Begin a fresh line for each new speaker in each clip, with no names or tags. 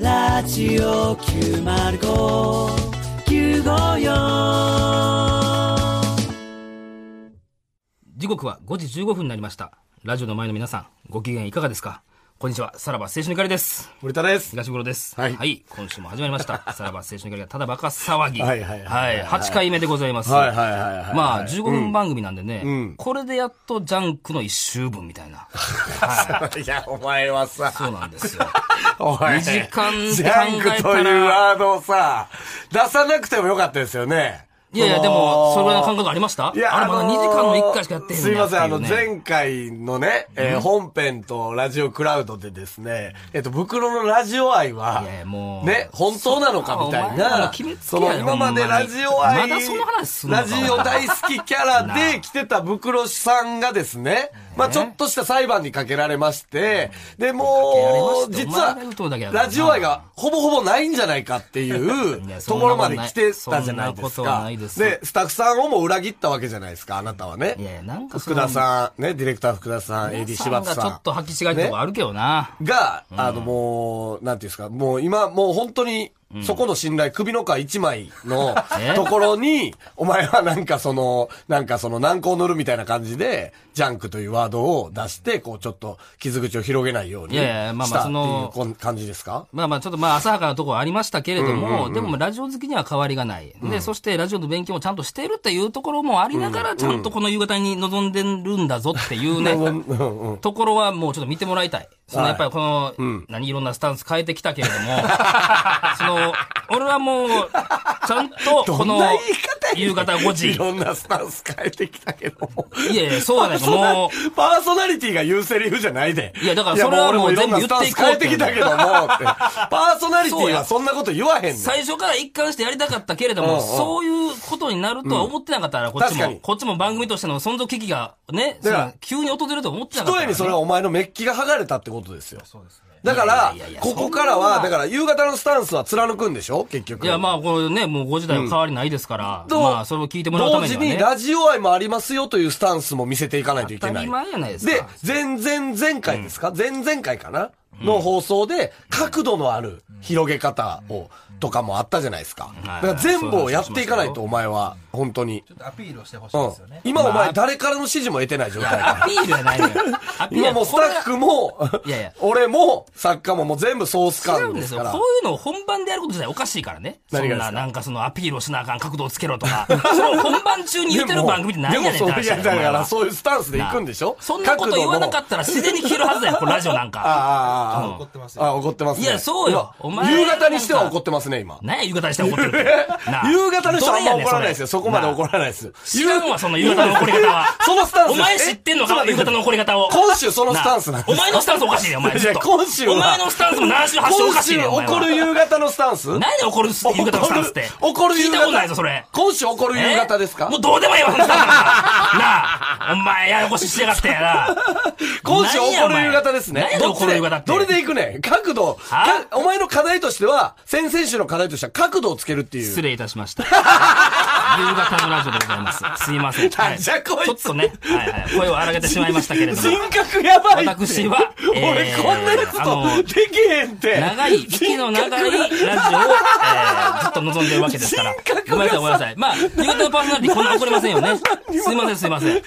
ラジオ905954
時刻は5時15分になりました。ラジオの前の皆さん、ご機嫌いかがですかこんにちは、さらば青春の光です。
森田です。
東頃です。
はい
今週も始まりま した。さらば青春の光がただバカ騒ぎ。
はいはいはいはい
8回目でございます。
はいはいはいはいはい
まあ、15分番組なんでね、これでやっとジャンクの1周分みたい な。はい
や、お前はさ、
い。そうなんです よ。
お前、
二時間って考えたら
ジャンクというワードをさ、出さなくてもよかったですよね。
いやいや、でも、それぐらいの感覚ありました
いや、
あれまだ
の
2
ー
時間の1回しかやってへん
すい
や
ま
って
せん、あの、
ね
前回のね、えー本編とラジオクラウドでですね、えっと、袋のラジオ愛は、
いやいやもう
ね、本当なのかみた
そ
い
うお前ら
な
決め、つけ
そ
や
の今まで
ほんま
ラ
に
ジオ愛、
まだその話すんのか
ラジオ大好きキャラで来てた袋さんがですね、まあちょっとした裁判にかけられまして、で、もう、
かけられましてお
実
前が言うとおりだけ
は
や、からな
ラジオ愛がほぼほぼないんじゃないかっていう
いやそ
と
んなこ
ことろまで来てたじゃな
ないそんな
いで
こ
す
とはな
か
いで。す
で、スタッフさんをも裏切ったわけじゃないですか、あなたはね。
いやいやなんかそ
福
の
田さん、ね、ディレクター福田さん、AD 柴田
が
さん。
ちょっと履き違えたとこあるけどな。
が、あの、もう、なんていうんですか、もう今、もう本当に、そこの信頼、首の皮一枚の
え
ところに、お前はなんかその、なんかその軟膏塗るみたいな感じで、ジャンクというワードを出して、こうちょっと傷口を広げないように
いやいやまあまあ
したってい
そうの
こん感じですか
まあまあ、ちょっとまあ、浅はかなところはありましたけれども、でもまあラジオ好きには変わりがない。で、そしてラジオの勉強もちゃんとしてるっていうところもありながら、ちゃんとこの夕方に臨んでるんだぞっていうね、ところはもうちょっと見てもらいたい。その
はい
やっぱりこの、何いろんなスタンス変えてきたけれども、 その、俺はもう、ちゃんとこ
どん
の
な言い方やねん
夕方5
い
時、
ろんなスタンス変えてきたけども。
いやいやそうなんです
パーソナ
も
パーソナリティが言うセリフじゃないで。
いやだからそれはもう
いや俺いろんなスタンス変えてきたけど も、って。パーソナリティはそんなこと言わへんねん。
最初から一貫してやりたかったけれども、
うんうん
そういうことになるとは思ってなかったから、こっち
確か
も
に。
こっちも番組としての存続危機がね、
だから
その急に訪れるとは思ってなかったから、
一重にそれはお前のメッキが剥がれたってことですよ。だか
いや
ら
いやいや、
ここから
そん
は、
な
だから夕方のスタンスは貫くんでしょ結局。
いや、まあ、このね、もうご時代は変わりないですから、
と
まあ、それを聞いてもらうた
同
めに
時
はね。
にラジオ愛もありますよというスタンスも見せていかないといけない。
当たり前じゃないですか
で、前々前回ですか、前々回かなの放送で、角度のある広げ方を、とかもあったじゃないですか。
い
だから全部をやっていかないと、お前は、本当に。
アピールをしてほしい
うん
ですよね。
今お
まあ
前誰からの指示も得てない状態だから
アピールじゃない のよ。アピール
今もうスタッ
こ
フも
いやいや、
俺も、作家ももう全部ソース
れは違う
感
ん
で
です
す
よ。
か
こう
ら。
いうのを本番でやること自体おかしいからね。そん
何がです
な、
か
なんかそのアピールをしなあかん角度をつけろと か。それを本番中に言ってる番組ってないやねん
で
って
もそう
話
いや
よ
だか
お前は
らそういうスタンスで行くんでしょ
そんなこと言わなかったら自然に消えるはずだよ、このラジオなん
あ
か。
あああ、ああ
怒ってますよ
ああ、怒ってますね。
いやそうよ
今
お前
夕方にしては怒ってますね、今。
何や、夕方にして怒ってるって なあ
夕方の人はあんま怒らないですよ。
どれ
そこ
やねん
まで
れ
怒らないです。。
知らんわ、その夕方の怒り方は
そのスタンス
お前知ってんのか、
え
夕方の怒り方を。
今週そのスタンスなんです
なあお前のスタンスおかしいね、お前。
いや
ちょっと
今週は
お前のスタンスも7週、8週おか
今
しい
週
ね、お前は。
怒る夕方のスタンス
何で怒る夕方のスタンスって。
怒る夕
聞いたことないぞ、
方。
それ。
今週怒る夕方ですか
えもうどうでもいいわ、そのスタンスなんかなあ、お前、ややこししやがってやな。
今週怒る夕方ですね
何。やねん
どっちで
怒る夕方って
どれでいくねん角度。
は
かお前の課題としては、先々週の課題としては角度をつけるってい
失
う。
礼いたしました。夕方のラジオでございます。すいま せん。
なんじゃこいつ
ちょっとね、はいはい、声を荒げてしまいましたけれども
人。格やばいって。
私 はえー
俺こんなやつ
あの
とできへんって。
長い、息の長いラジオを、えー、ずっと望んでるわけですから
人
ご
格が。さ
めんなさい、ごめんなさい。まあ、夕方のパーソナリティこんな怒りませんよ ね。すいません、すいません。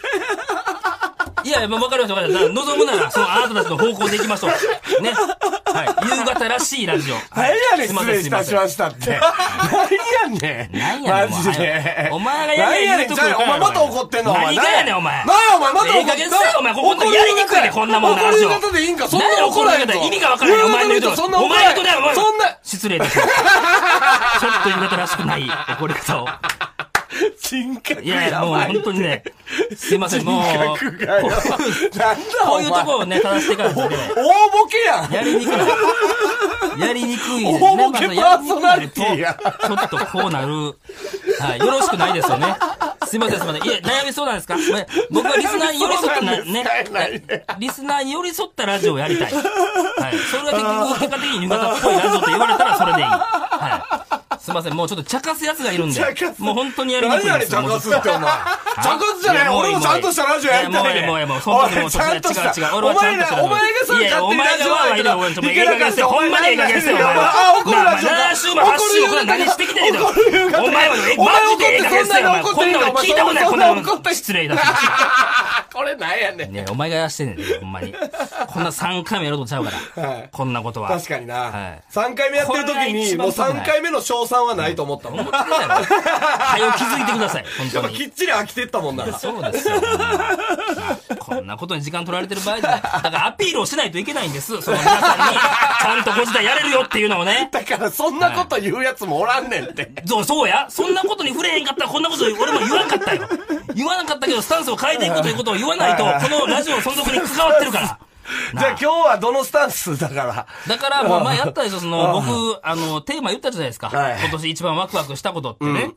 いや、まあ、わかりました、わかりました。だから望むなら、そのあなたたちの方向で行きましょう。ね。はい。夕方らしいラジオ。はい
何やねん、
すいま
失
せん
礼
す
い
いま
た
せ
し
ん
ましたって。 何やねん。
なんやねん
マジで。
お前はお前がやりゃ
何
言
やね、
うんと
じ
こや
ゃ
ろ
あお前また怒ってんのお前。
何がやねんお前
何やお前、また怒
ええ加減せえよお前ここんなやりにくいねこんなもんな
怒る
ラ
夕
ジオ
方でいいんか、そんな
何
怒らへんぞ
怒る夕方意味がわからない。お前の言う
夕方
と
の人そんな
お
怒ら
前
へ
の言うとお前
そんな、
失礼いた しました。ちょっと夕方らしくない怒り方を。
人格
いやいや、
や
もう
ばい。
本当にね、すいません、
人
もう、
格が やばい。なんだ
こ
お
うい
前。
うとこをね、正していかないとね、
大ボケやん。
やりに くい。やりにくいですね。
大ボケ
まあ
パーソナリティや
やりにくいとちょっとこうなる。はい。よろしくないですよね。すいません、すいません。いや、悩みそうなんですかごめん僕はリスナーに寄り添ったなね。
ね。
リスナーに寄り添ったラジオをやりたい。はい。それが結局、結果的に夕方っぽいラジオと言われたらそれでいい。はい。すいません、もうちょっと茶化すやつがいるんで
茶化。す
もう本当にやりにく
何
い
や
で
ねん、
す。
ちゃかすって、お前。ちゃかすじゃないい。
やもういい
俺もちゃんとしたラジオやりたいねん。
いやもういいもういいもうその時も
おいちゃんとした。
違う違う俺
お
はちゃ
前
んとした
ら、お前がそれ
いや
勝手にラジオやり
お前らはいい
た
の
いけなかった。
ほんまにええ加減してほんまにええ加減して
あ、怒るラジオ
まあ
だ。
まあ7週も8週もこれ何してきてんねん
怒る言う方
お前はえ
お前
マジでええ加減してよ
怒ってんねん
お前こんなの聞いたことない
お前
こんなの
怒ってんねん
失礼だ
これなんやねん。
ねお前がやらしてんねんで、ほんまに。こんな3回もやることちゃうから。
はい
こんなことは。
確かに
は。。
ない3回目やってる時に、もう3回目の賞賛はないと思ったもん。や
はよ気づいてください、本
っ
当
ぱ
に。
きっちり飽きてったもんな。
そうですよ。こんなことに時間取られてる場合じゃない。だからアピールをしないといけないんです。その皆さんに、ちゃんとご自体やれるよっていうのをね。
だからそんなこと言うやつもおらんねんって。
そうそうやそんなことに触れへんかったらこんなこと俺も言わんかったよ。言わなかったけど、スタンスを変えていくということを言わないと、このラジオの存続に関わってるから。
じゃあ今日はどのスタンスだから。
だから、まあ前やったでしょ、その、僕、あの、テーマ言ったじゃないですか。
はい
今年一番ワクワクしたことってね。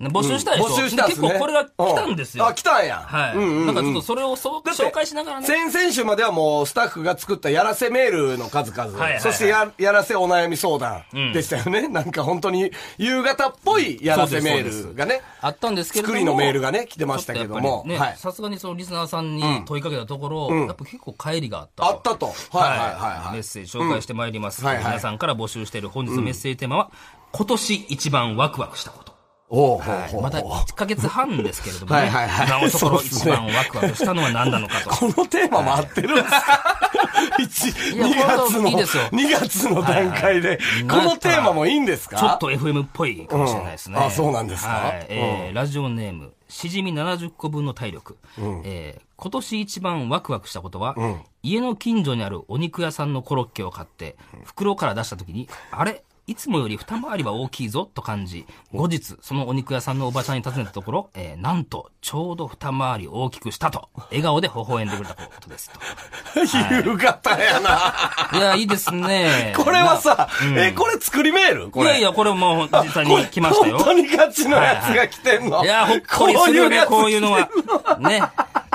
募集したでしょ。
募集したん
結
すね。
構これが来たんですよ。
あ、来たんや。
はい。
うんうん
なんかちょっとそれをそう
だって
紹介しながらね。
先々週まではもうスタッフが作ったやらせメールの数々、
はいはいはい
そしてややらせお悩み相談でしたよね、なんか本当に夕方っぽいやらせメールがね、
あったんですけれども。
作りのメールがね来てましたけども
ちょっとやっぱり
は
ね
い
さすがにそのリスナーさんに問いかけたところ、やっぱ結構帰りがあったと。
あったと。はいはいはい、はい
メッセージ紹介してまいります。
うんはいはい
皆さんから募集している本日のメッセージテーマは、今年一番ワクワクしたこと。
おうほうほう
また1ヶ月半ですけれどもね。
はいはいはい
なおそころ
そうっす
一
ね
番ワクワクしたのは何なのかと。
このテーマも合ってるんですか、一
いや
2月の
いいですよ
2月の段階で、このテーマもいいんですか
ちょっと FM っぽいかもしれないですね。
うんあそうなんですか
はい。えーラジオネーム、しじみ70個分の体力。えー今年一番ワクワクしたことは、家の近所にあるお肉屋さんのコロッケを買って、袋から出した時に、あれいつもより二回りは大きいぞと感じ、後日、そのお肉屋さんのおばちゃんに尋ねたところ、えーなんと、ちょうど二回り大きくしたと、笑顔で微笑んでくれたことですと。
夕方やな。。
いや、いいですね
これはさ、え、これ作りメールこ
い
れ。
やいや、これもう実際に来ましたよ。
本当にガチのやつが来てんの。
いや、ほっこりするよね、こういう
の。
のは。ね。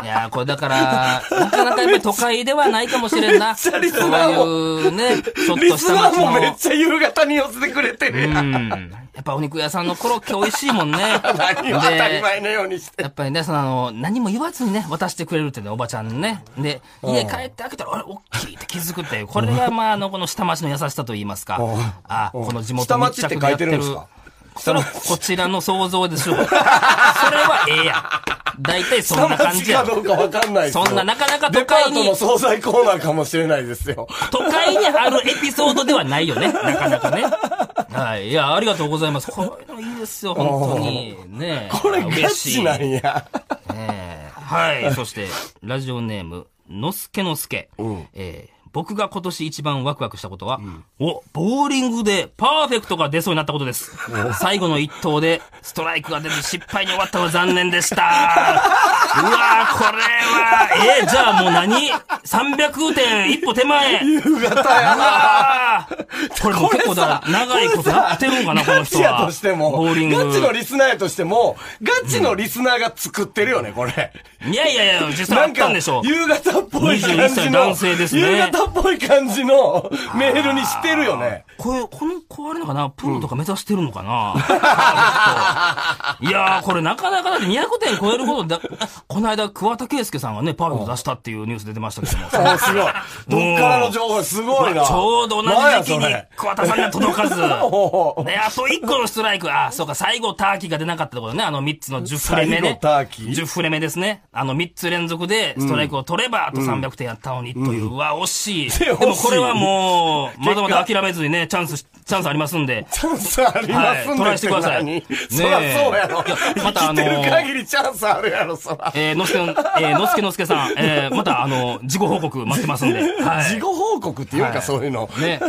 いや、これだから、なかなかやっぱり都会ではないかもしれんな。
めっちゃ
そう
リスナーも
いうね、ちょっ
リ
と
ス
した
ナ
街
ーも
の。
めっちゃ夕方に寄せてくれてるや。
うんん。やっぱお肉屋さんのコロッケ美味しいもんね。
何を当たり
で、
前のようにして。
やっぱりね、そのあの、何も言わずにね、渡してくれるってね、おばちゃんにね。で、家帰って開けたら、あれ、おっきいって気づくっていう。これが、まあ、あの、この下町の優しさと言いますか。あ、この地元
下
密
町っ
着
て
で
書
や
い
って
てるん
る
ですか
それはこちらの想像でし ょう。それはええやん。大体そんな
下
感じ
町
や
か
ん。
どうかわかんないですよ
そんななかなか
デ
都
パ
会
ー
に
トの惣菜コーナーかもしれないですよ。
都会にあるエピソードではないよ ね。なかなかね。はい。いや、ありがとうございます。こういうのいいですよ、本当に。ねえ
これガ
嬉し
チ
い。
な
ね
んや。
えはい。そして、ラジオネーム、のすけのすけ。えー僕が今年一番ワクワクしたことは、お、ボーリングでパーフェクトが出そうになったことです。最後の一投でストライクが出ず失敗に終わったのは残念 でした。うわーこれは、えーじゃあもう何 ?300 点一歩手前。
夕方 や
う
な。
わーこれもう結構だから長いことやってるんかな、この
ガ
人
チや
は。
としても、
ボーリング。
ガチのリスナーやとしても、ガチのリスナーが作ってるよね、これ。
いやいやいや、実際あったんでしょう。
夕方っぽい感
21
じ
歳
の、
男性ですね
夕方っぽい感じのメールにしてるよね。
これ、この子あれなのかなプロとか目指してるのかな、いやー、これなかなかだって200点超えるほどだ、この間桑田佳祐さんがね、パーフェクト出したっていうニュース出てましたけども。
あすごい。 どっからの情報すごいな。
ちょうど同じ時期
なん
に
や
桑田さんが届 かず。
それ。
ね、あと1個のストライク。あ、そうか、最後ターキーが出なかったところね。あの3つの10フレ目ね。
最後ターキー
10フレ目ですね。あの3つ連続でストライクを取れば、あと300点やったのにという。うわ、惜 しい。
で
でもこれはもう、
結
まだ
果
まだ諦めずにね、チャンス、チャンスありますんで。
チャンスありますんで、
はいトライしてください
何
ねえ
そりゃそうやろ。
いやまた
生きて
あ
る
の
限りチャンスあるやろ、そら。
えー、のすけの、えー、のすけのすけさん、えー、またあの、事後報告待ってます んで。はい。
事後報告っていう
は
か、
い
そういうの。
ね。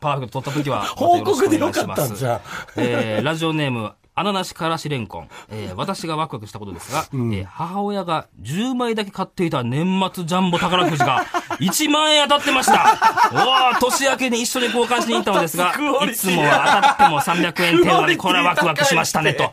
パーフェクト取った時は。
報告でよかったんじゃん
またよろしくお願いしますえー、ラジオネーム、アナナシからしレンコン、えー私がワクワクしたことですが、えー母親が10枚だけ買っていた年末ジャンボ宝くじ が1万円当たってました。おー年明けに一緒に交換しに行ったのですが、
クオ
い
リテ
つ
ィ
もは当たっても300円程度で、これはワクワクしましたねと。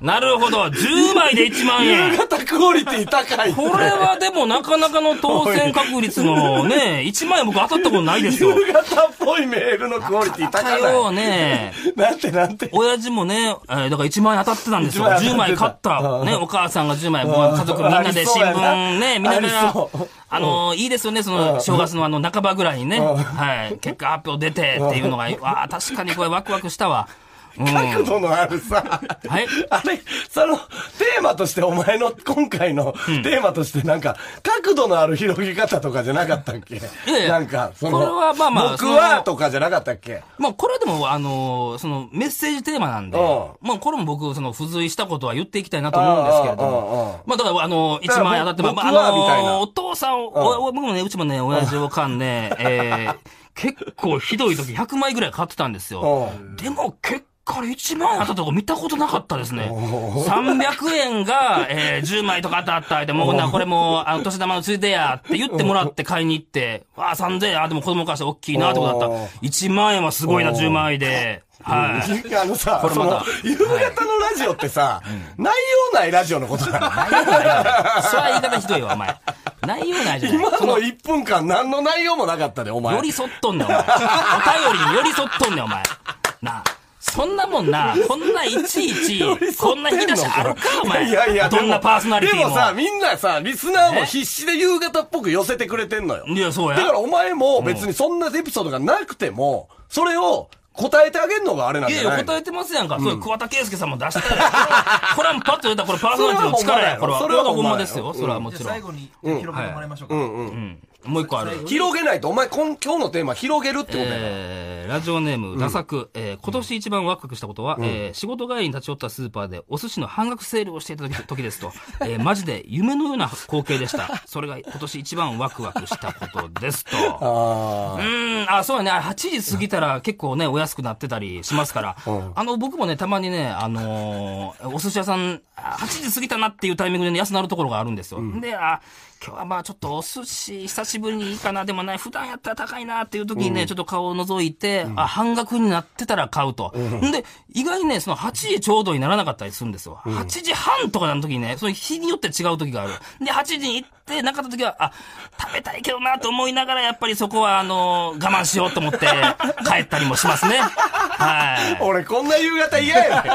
なるほど、10枚で1万円。
夕方クオリティ高い。
これはでもなかなかの当選確率のね、1万円僕当たったことないですよ。
夕方っぽいメールのクオリティ高
だ
い。
よね。
なんてなんて。
親父もね、えーだから1万円当たってたんですよ。
1万円
10枚買った。ね、お母さんが10枚、もう家族みんなで新聞ね、見なが
あり
ら
そう、
あのー、いいですよね、その、正月のあの、半ばぐらいにね、はい、結果発表出てっていうのが、わあ、確かにこれワクワクしたわ。うん。
角度のあるさ。
はい
あれ、その、テーマとして、お前の今回のテーマとして、なんか、角度のある広げ方とかじゃなかったっけ
やいや
なんか、その、
これはまあまあ
僕
そ
は
の
とかじゃなかったっけ
まあ、これはでも、あのーその、メッセージテーマなんで、
うん
まあ、これも僕、その、付随したことは言っていきたいなと思うんですけれども、
も。
まあだから、あの、1万円当たっても、
だ
ま
か
あ、
ら
あ
僕は
の
みたいな
お父さん、おお僕もね、うちもね、親父おかん ね、えー、結構ひどい時100枚ぐらい買ってたんですよ
う。
でも結果1万円当たったとこ見たことなかったですね。300円が、えー、10枚とか当たったでもうな、これもう、あの、年玉のついでやって言ってもらって買いに行って、わあ、3000円、あ、でも子供からしたら大きいなってことだ
お
っ
う
た。1万円はすごいな、10枚で。はい。
あのさ、
これ
そ
ま
の
た、
夕方のラジオってさ、内容ないラジオのことだから。
内容ないそれは言い方ひどいわ、お前。内容ないじゃない。
今
その
の1分間何の内容もなかったで、お前。
寄り添っとんねん、お前。お便りに寄り添っとんねん、お前。なあ。そんなもんな、こんないちいち
寄り、添
こ
って
ん
ん
な
の
引き出しあるか、お前。
いやいや、
どんなパーソナリティ
で
も。
もさ、みんなさ、リスナーも
え
必死で夕方っぽく寄せてくれてんのよ。
いや、そうや。
だからお前も別にそんなエピソードがなくても、それを答えてあげるのがあれなん
い
じ
やい
ゃない
や、
の
答えてますやんか。そういう桑田佳祐さんも出したよ。これはもうパッと出たらこれパーソナリティの力や。これは。
そ
こ
れ
れ
は
は
ほ
ほ
ん
ん
ま
ま
や
ですよ。それはも
じ
ち
ゃ
ろ
あ最
ん。
後に広げてもらいましょうか。
うん。もう一個ある
最。後
広げないと、お前今今日のテーマ広げるってことやな
えーラジオネーム、ダサク、えー今年一番ワクワクしたことは、えー仕事帰りに立ち寄ったスーパーでお寿司の半額セールをしていた時時ですと、 えーマジで夢のような光景でした。それが今年一番ワクワクしたことですと。 う
あ
ーん、あ、そうやね。あ8時過ぎたら結構ね、お安くなってたりしますから、あの、僕もね、たまにね、あのーお寿司屋さん、あ8時過ぎたなっていうタイミングで、ね、安なるところがあるんですよ。で、あ、今日はまあちょっとお寿司久しぶりにいいかな、でもね、普段やったら高いなっていう時にね、ちょっと顔を覗いて、あ、半額になってたら買うと。ん、で、意外にね、その8時ちょうどにならなかったりするんですよ。8時半とかの時にね、その日によって違う時がある。で、8時に行って、なかった時は、あ、食べたいけどなと思いながら、やっぱりそこはあの我慢しようと思 って帰ったりもしますね。はい
あ。。俺こんな夕方嫌 やね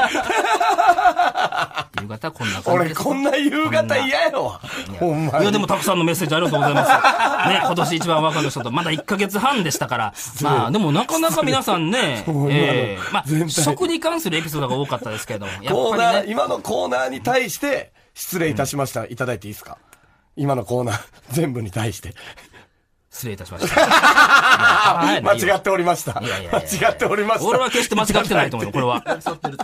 夕方こんな感じ
俺
です。
こんな夕方嫌やわ。ほんま
いや、で
に。
もたくさんのメッセージありがとうござい ます。ね、今年一番若い人と、まだ1ヶ月半でしたから。まあ、でもなかなか皆さんね、
う
ええ
今の
まあ
全、体
食に関するエピソードが多かったですけれども、や
コーナ
っぱ
ー、
りね、
今のコーナーに対して、失礼いたしました。いただいていいですか今のコーナー、 全部に対して。
失礼いたしま した。はい
間違っておりました。
いやいやいやいや
間違っておりました。
俺は決して間違ってないと思うよ、これは。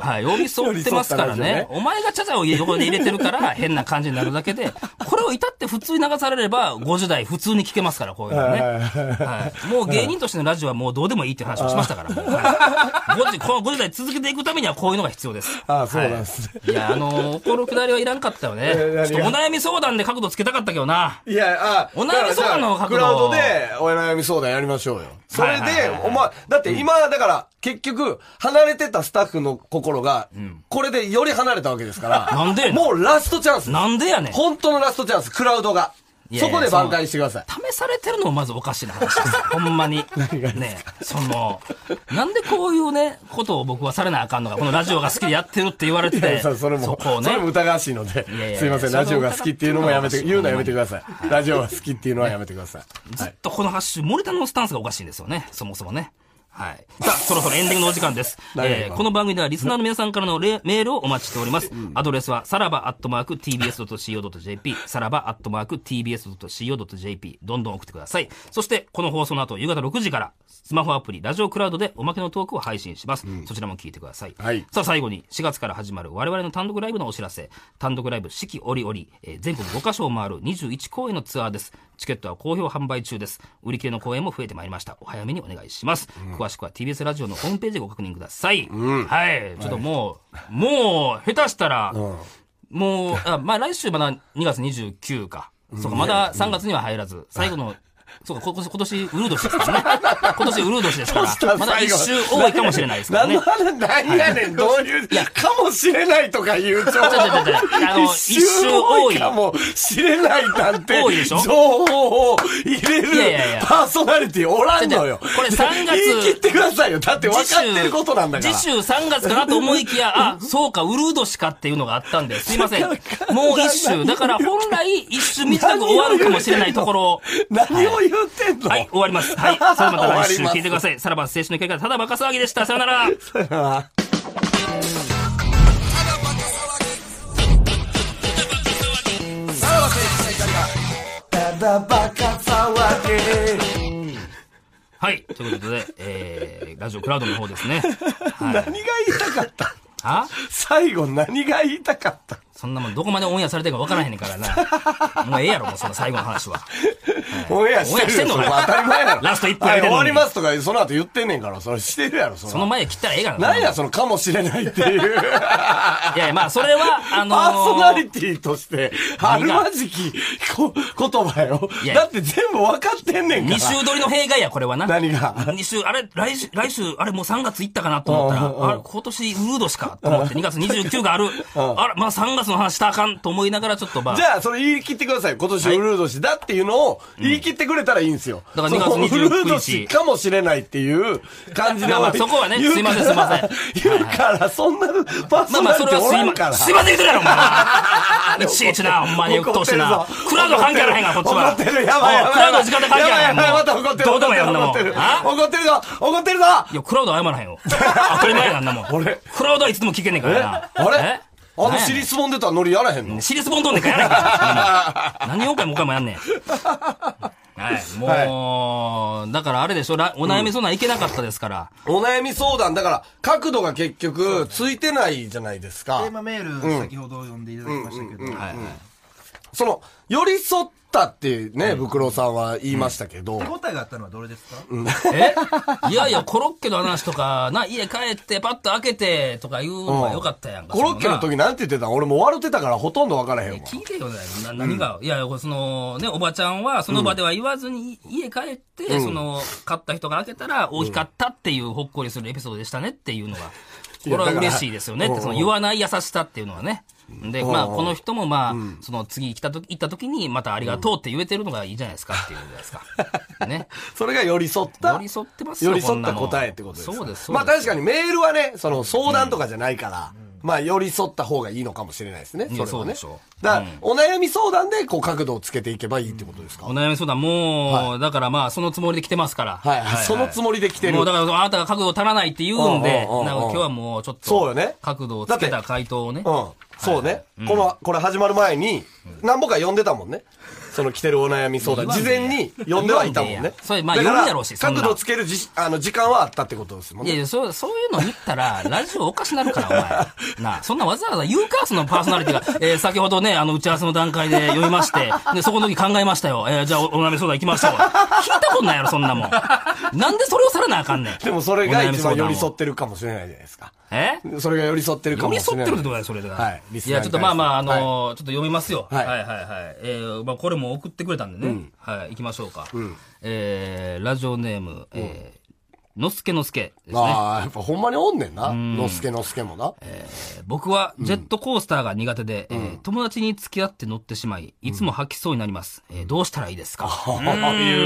はい、寄り添ってますから
寄り添ったラジオね
ね。お前がチャチャを横に入れてるから変な感じになるだけで、これを至って普通に流されれば、50代普通に聞けますから、こういうのね。はい。もう芸人としてのラジオはもうどうでもいいっていう話をしましたから、もうはい50この50代続けていくためにはこういうのが必要です。
ああ、そうなんですね。
いや、あのー、怒るくだりはいらんかったよね。
え何が
ちょっとお悩み相談で角度つけたかったけどな。
いや、あ、
お悩み相談の
だか
角
らク
度
ラウドでお悩み相談やりましょうよ。それで
はいはいはいは、い
お前、だって今、だから、結局、離れてたスタッフの心が、これでより離れたわけですから、
なんでやねん
もうラストチャンス。
なんでやねん。
本当のラストチャンス、クラウドが。
いや
そ
いや
こで挽回してください。
試されてるのもまずおかしいな話 です。ほんまに。ねえその、なんでこういうね、ことを僕はされなあかんのか。このラジオが好きでやってるって言われて
いやい
て。
や そそれも、
こを
それも
ね。
疑わしいので
やいや
すいません、
それ
ラ
は
ジオが好きっていうのもやめて、
疑って
言うのはやめてください。ラジオが好きっていうのはやめてください。
ずっとこのハッシュ、森田のスタンスがおかしいんですよね。そもそもね。はい。さあ、そろそろエンディングのお時間 です。
何や
え
今
ー、この番組ではリスナーの皆さんからのレメールをお待ちしております。アドレスは、さらばアットマーク tbs.co.jp、さらばアットマーク tbs.co.jp、どんどん送ってください。そして、この放送の後、夕方6時から、スマホアプリ、ラジオクラウドでおまけのトークを配信します。そちらも聞いてください。
はい
さあ、最後に、4月から始まる我々の単独ライブのお知らせ。単独ライブ、四季折々、えー全国5カ所を回る21公演のツアーです。チケットは好評販売中です。売り切れの公演も増えてまいりました。お早めにお願いします。詳しくは TBS ラジオのホームページでご確認ください。はい。ちょっともう、もう、下手したら、もう、あまあ来週まだ2月29か。そうか、まだ3月には入らず、最後の、そうか、こ今年、ウルー年ですからね。 今年、ウルー年ですか
どうした
ら、まだ
最
一
後
周多いかもしれないですからね
何の。話、 何やねん、どういう、かもしれないとか言う情報
ちょちょちょちょあの
一周多いかもしれないなんて、
多いでしょ
情報を入れ
いやいやい
る
や
パーソナリティおらんのよ。
これ3月
言い切ってくださいよ。だって分かってることなんだから。
次週3月かなと思いきや、あ、そうか、ウルー年かっていうのがあったんで、すいません。もう一周。だから本来一周短く終わるかもしれないところを。
何を言ってんの、
はい、終わります。はい。それまた来週
終わります
聞いてください。さらば青春の光がただバカ騒ぎでした。さよなら。
ただバカ騒げ。
はい。ということで、えー、ラジオクラウドの方ですね。
何が言いたかった
あ
最後何が言いたかった
そんなもんどこまでオンエアされてるか分からへんねんからな。もうええやろ、もうその最後の話は。
オンエアしてるよ。
オンエアしてんのかな
それ当たり前やろ。
ラスト一分
は
入れ
い
てんの
終
に
わりますとか、その後言ってんねんから、それしてるやろ、そ
その前切ったらええからな。
なんや、その、かもしれないっていう。
いやいや、まあ、それは、あのー
パーソナリティとして、あるまじきこ言葉よ
い。や
だって全部分かってんねんか
二
ら。
週撮りの弊害や、これはな。
何が
二週、あれ、来週、来週、あれもう3月行ったかなと思った
うんうんうん
ら、あれ、今年ウードしかと思って、2月29がある。 あら、まあ3月の話したらあかんと思いながら、ちょっとまあ。
じゃあ、それ言い切ってください。今年ウルード氏だっていうのを言い切ってくれたらいいんですよ。
だから2月
その
29
ウルード氏かもしれないっていう感じで終わり。
まあまあそこはね
言う
すいません
から
すいま
言うから、そんなパー
まあま
ソナ
あ、
リ
そ
テ
れは
ィお
す
ら
い
ん
ま
か
せ
ら。
ん。すいません、言うてるやろ、お 前。いちいちな、ほんまに、うっとうしいな
怒ってる。ぞ
クラウド関係あらへんが、こっちは。
怒ってる、やばいやばい。
おうクラウドの時間で関係あらへ
や
ん
ばいやばい、また
もう
怒ってる。
どうでもやんなもん。
怒ってる
あ
怒ってるぞ怒ってるぞ
いや、クラウド謝らへんよ。当たり前やんあんなもん。
俺
クラウドはいつでも聞けんねんからな。
あ
え
れ
な
あ
ん
の
やねん
尻すぼんでたノリやらへんの
シリスボンどんねんかやらへん から。何4回も5回もやんねん。はい、もう、だからあれでしょ、らお悩み相談いけなかったですから。
お悩み相談、だから、角度が結局、ついてないじゃないですか。
テーマメール、先ほど読んでいただきましたけど、
はい、はい。
その、寄り添ったってね、ブクロさんは言いましたけど、
手応えがあったのはどれですか、
えいやいや、コロッケの話とか、な、家帰って、パッと開けて、とか言うのがよかったやんか。
コロッケの
そ
時なんて言ってたん俺もう笑ってたからほとんど分からへんわ。
聞いてよね、な何が、いや、その、ね、おばちゃんは、その場では言わずに、家帰って、その、買った人が開けたら、大きかったっていう、ほっこりするエピソードでしたねっていうの が、こ
いや
れは
だから
嬉しいですよねって、その、言わない優しさっていうのはね。で、まあ、この人もまあ、その、次来たとき、行った時に、またありがとうって言えてるのがいいじゃないですかっていうじゃないです か。ね。
それが寄り添った。
寄り添ってますよ
寄り添
こん
っ
な
た
もん
答えってことですか。
そうですそうです
まあ確かにメールはね、その相談とかじゃないから、まあ寄り添った方がいいのかもしれないですね。
い
そ
や
れは
そう
ね。
でしょう
だから、お悩み相談でこう角度をつけていけばいいってことですか。
お悩み相談、もう、だからまあ、そのつもりで来てますから。
はい、はい、そのつもりで来てる
もう。だから、あなたが角度足らないって言うんで、なん
うんうんうんうん
か今日はもうちょっ
そう
と
よね、
角度をつけた回答をね。
うん。そうね。この、これ始まる前に、何本か読んでたもんね。その来てるお悩み相談。
言わん
事
でええ
前に読んではいたもん
言わん
ね
でええやん。それまあ
だから
読むやろうしそんな
角度つけるじあの時間はあったってことですもん
いやい
ね。
や、そう、そういうの言った ら、ラジオおかしなるから、お前。なあ、そんなわざわざ言うか、そのパーソナリティが。えー先ほどね、あの、打ち合わせの段階で読みまして、で、そこの時考えましたよ。えーじゃあお、お悩み相談行きましょう。聞いたことないやろ、そんなもん。なんでそれをさらなあかんねん。
でもそれが一番寄り添
っ
ってるかもしれないじゃないですか。
え
それが寄り添ってるか
寄
も
り
しれ
添
な
って
い。
るってことだよ、それで。
はいリス
い
ナー
や、ちょっ
に対して
とまあまあ、あのーちょっと読みますよ。は、
はいい
はい、はいはい。えー、まあ、これも送ってくれたんでね。はい、行きましょうか。えー、ラジオネーム、えー、のすけのすけですね。
ああ、やっぱほんまにおんねんな。のすけのすけもな。
僕はジェットコースターが苦手で、えー友達に付き合って乗ってしまい、いつも吐きそうになります。えーどうしたらいいですか
夕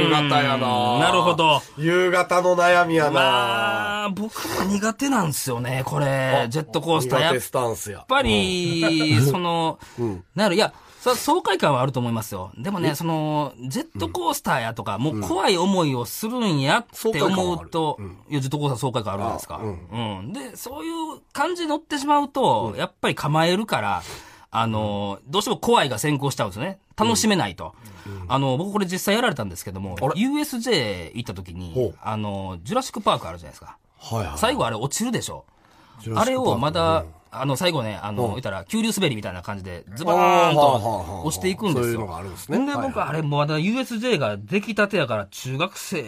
方やな。
なるほ。ど。
夕方の悩みやな。
まあ、僕も苦手なんですよね、これ。ジェットコースター。
苦
やっ
手スタンスや。
ぱり、そ の、なる、いや、そ爽快感はあると思いますよ。でもね、その、ジェットコースターやとか、もう怖い思いをするんやって思うと、いや、ジェットコースター爽快感あるじゃないですか。うん。で、そういう感じに乗ってしまうと、やっぱり構えるから、あの、どうしても怖いが先行しちゃうんですよね。楽しめないと。あの、僕これ実際やられたんですけども、USJ 行った時に
ほう、
あの、ジュラシックパークあるじゃないですか。
はいはい。
最後あれ落ちるでしょ。
ジュラ
あ
シッ
れ
クパーク
をまだ、あの、最後ね、あの、言ったら、急流滑りみたいな感じで、ズ
あ
バー
ー
ン
はあはあはあ
と押していくんですよ。
そういうのがあるんですね
で、
はいはい
僕、あれ、まだ USJ ができたてやから、中学生、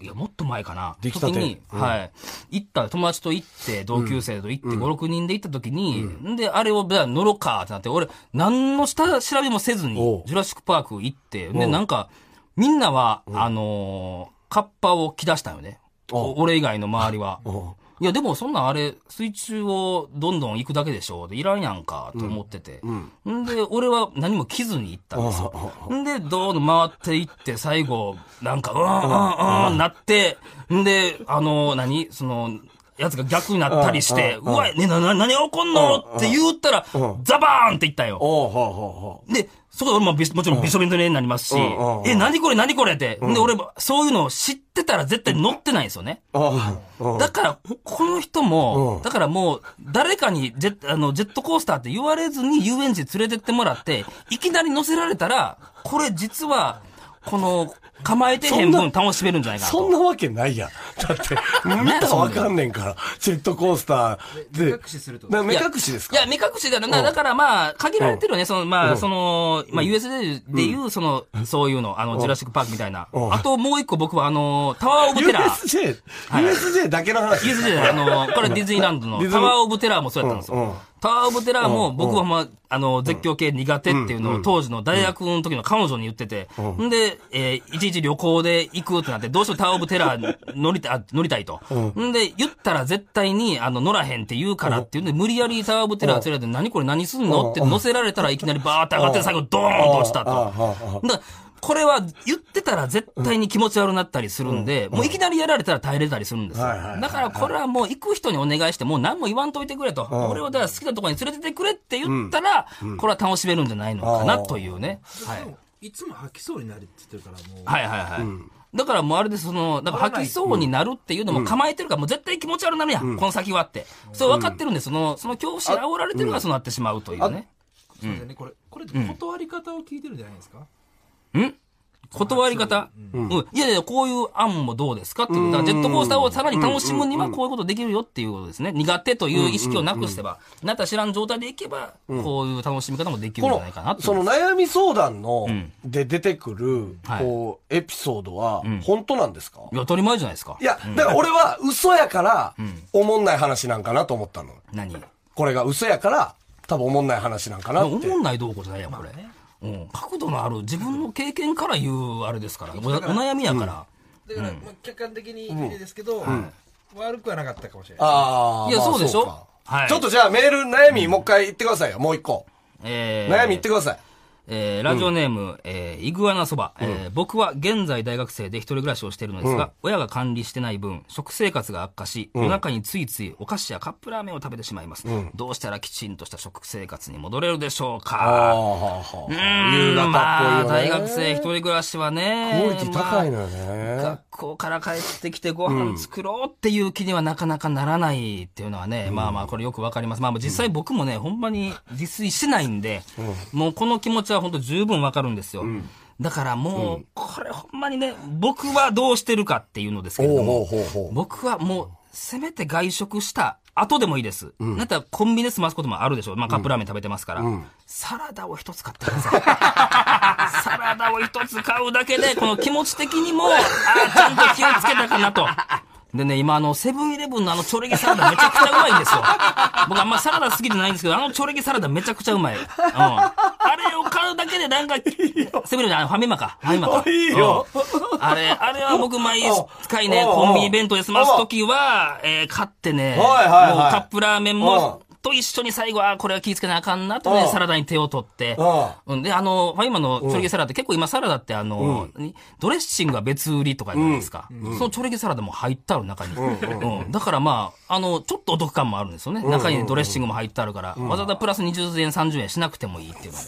いや、もっと前かな。
できたて
時に、はい。行った、友達と行って、同級生と行って、5、6人で行った時に、んで、あれを、じゃあ乗ろうかってなって、俺、何の下調べもせず
お
に
う、
ジュラシックパーク行って、で、なんか、みんなは、あのー、カッパを着出したよね。
お
お俺以外の周りは。
お
いや、でもそんなんあれ、水中をどんどん行くだけでしょ。でいらんやんか、と思ってて。んで、俺は何も着ずに行ったんですよ。んで、どうも回っていって、最後、なんか、うん、うん、うん、なって、んで、あの、何その、やつが逆になったりして、うわ、ね、な、な、何が起こんのって言ったら、ザバーンって言ったんよ。
おうほうほ
で、そこで俺もびしもちろんびしょびしょになりますし
うんうんう、ん
え、何これ何これって。で、俺もそういうのを知ってたら絶対乗ってないんですよね。
うほうああうん
だから、この人
う
も
ん、
だからもう、誰かにジェあのジェットコースターって言われずに遊園地連れてってもらって、いきなり乗せられたら、これ実は、この、構えてへん
そ
分楽しめるんじゃないかな
そん
と。
なわけないやん。だって、見たらわかんねんから、ジェットコースターで。
目隠しするってこと
な目隠しです
い
か
や、目隠しだな。だからまあ、限られてるよね。その、まあ、その、まあ、USJ でいう、その、そういうの、あの、ジュラシックパークみたいな。
うん
あともう一個僕は、あの、タワーオブテラー。
USJ、
い
USJ だけの話です
USJ じゃないあの、これディズニーランド
ディ
の
ズニー
タワーオブテラーもそうやったんです
うんうん
よ。タワーオブテラーも僕はまあ、あの、絶叫系苦手っていうのを当時の大学の時の彼女に言ってて、んで、えーいちいち旅行で行くってなって、どうしてもタワーオブテラー乗りたい、乗りたいと。んで、言ったら絶対に、あの、乗らへんって言うからっていうんで、無理やりタワーオブテラー連れて、何これ何すんのって乗せられたらいきなりバーって上がって、最後ドーンと落ちた
ああ
と。
ああああ
だこれは言ってたら絶対に気持ち悪くなったりするんで、もういきなりやられたら耐えれたりするんですよ。
はいはいはい
だからこれはもう行く人にお願いして、もう何も言わんといてくれと。俺をだから好きなところに連れてってくれって言ったら、これは楽しめるんじゃないのかなというね。はい
でもいつも吐きそうになるって言ってるからもう、
はいはいはい。だからもうあれでその、なんか吐きそうになるっていうのも構えてるから、もう絶対気持ち悪くなるやん、この先はって。それ分かってるんで、その、その恐怖心に煽られてるからそうなってしまうというね。
すいませんねこれこれ断り方を聞いてるんじゃないですか、
断り方、うんいやいや、こういう案もどうですかっていう。だからジェットコースターをさらに楽しむにはこういうことできるよっていうことですね。苦手という意識をなくしてば、なた知らん状態でいけば、こういう楽しみ方もできるんじゃないかな
この、
と。
その悩み相談の
ん、
で出てくる、
はい
こう、エピソードは、本当なんですか
いや、当たり前じゃないですか。
いや、だから俺は嘘やから、おもんない話なんかなと思ったの。
何
これが嘘やから、多分おもんない話なんかなって。
思んないどうこうじゃないやん、これ。うん、角度のある自分の経験から言うあれですから、おお悩みやから。
だから、まあ、客観的に見てですけど、悪くはなかったかもしれない
ああ。
いや
まあ
そうでしょ
か
はい
ちょっとじゃあメール悩みもう一回言ってくださいよ、もう一個。
えー
悩み言ってください。
えーラジオネーム、えーイグアナそば、えー僕は現在大学生で一人暮らしをしているのですが、親が管理してない分、食生活が悪化し、夜中についついお菓子やカップラーメンを食べてしまいます。どうしたらきちんとした食生活に戻れるでしょう
あ
か
あ、はあ、はあ。
う
優
ん
雅
ま
か
あ、
っぽい
大
よね。
学生一人暮らしはね。
クオリティ高いの
ま
よ
あ
ね。
学校から帰ってきてご飯作ろうっていう気にはなかなかならないっていうのはね、まあまあこれよくわかります。まあまあ実際僕もね、ほんまに自炊してないんで、もうこの気持ちは本当十分わかるんですよ。だからもう、これほんまにね、僕はどうしてるかっていうのですけれ
ほ
ど
うほう
も、
ほうほう。
僕はもう、せめて外食した後でもいいです。だったらコンビニで済ますこともあるでしょう。まあカップラーメン食べてますから。サラダを一つ買ってくだ さい。サラダを一つ買うだけで、この気持ち的にも、あーちゃんと気をつけたかなと。でね、今あの、セブンイレブンのあの、チョレギサラダめちゃくちゃうまいんですよ。僕あんまサラダ好きじゃないんですけど、あのチョレギサラダめちゃくちゃうまい。うん。あれを買うだけでなんか、セブンイレブンじゃない、ファミマか。ファミマか。
いいよ
うんあれ、あれは僕毎回ね、
おうおう
コンビニ弁当で済ますときは、えー買ってね、もう
はいはいはい
カップラーメンも、と一緒に最後、あーこれは気ぃつけなあかんなと
う
ね、
ん
サラダに手を取って、
あ
うん、で、あの、ファイマのチョレギサラダって結構今サラダってあの、何ドレッシングは別売りとかじゃないですか。そのチョレギサラダも入ってある中に。うんだからまあ、あの、ちょっとお得感もあるんですよね。中にドレッシングも入ってあるから、わざわざプラス20円、30円しなくてもいいっていうので。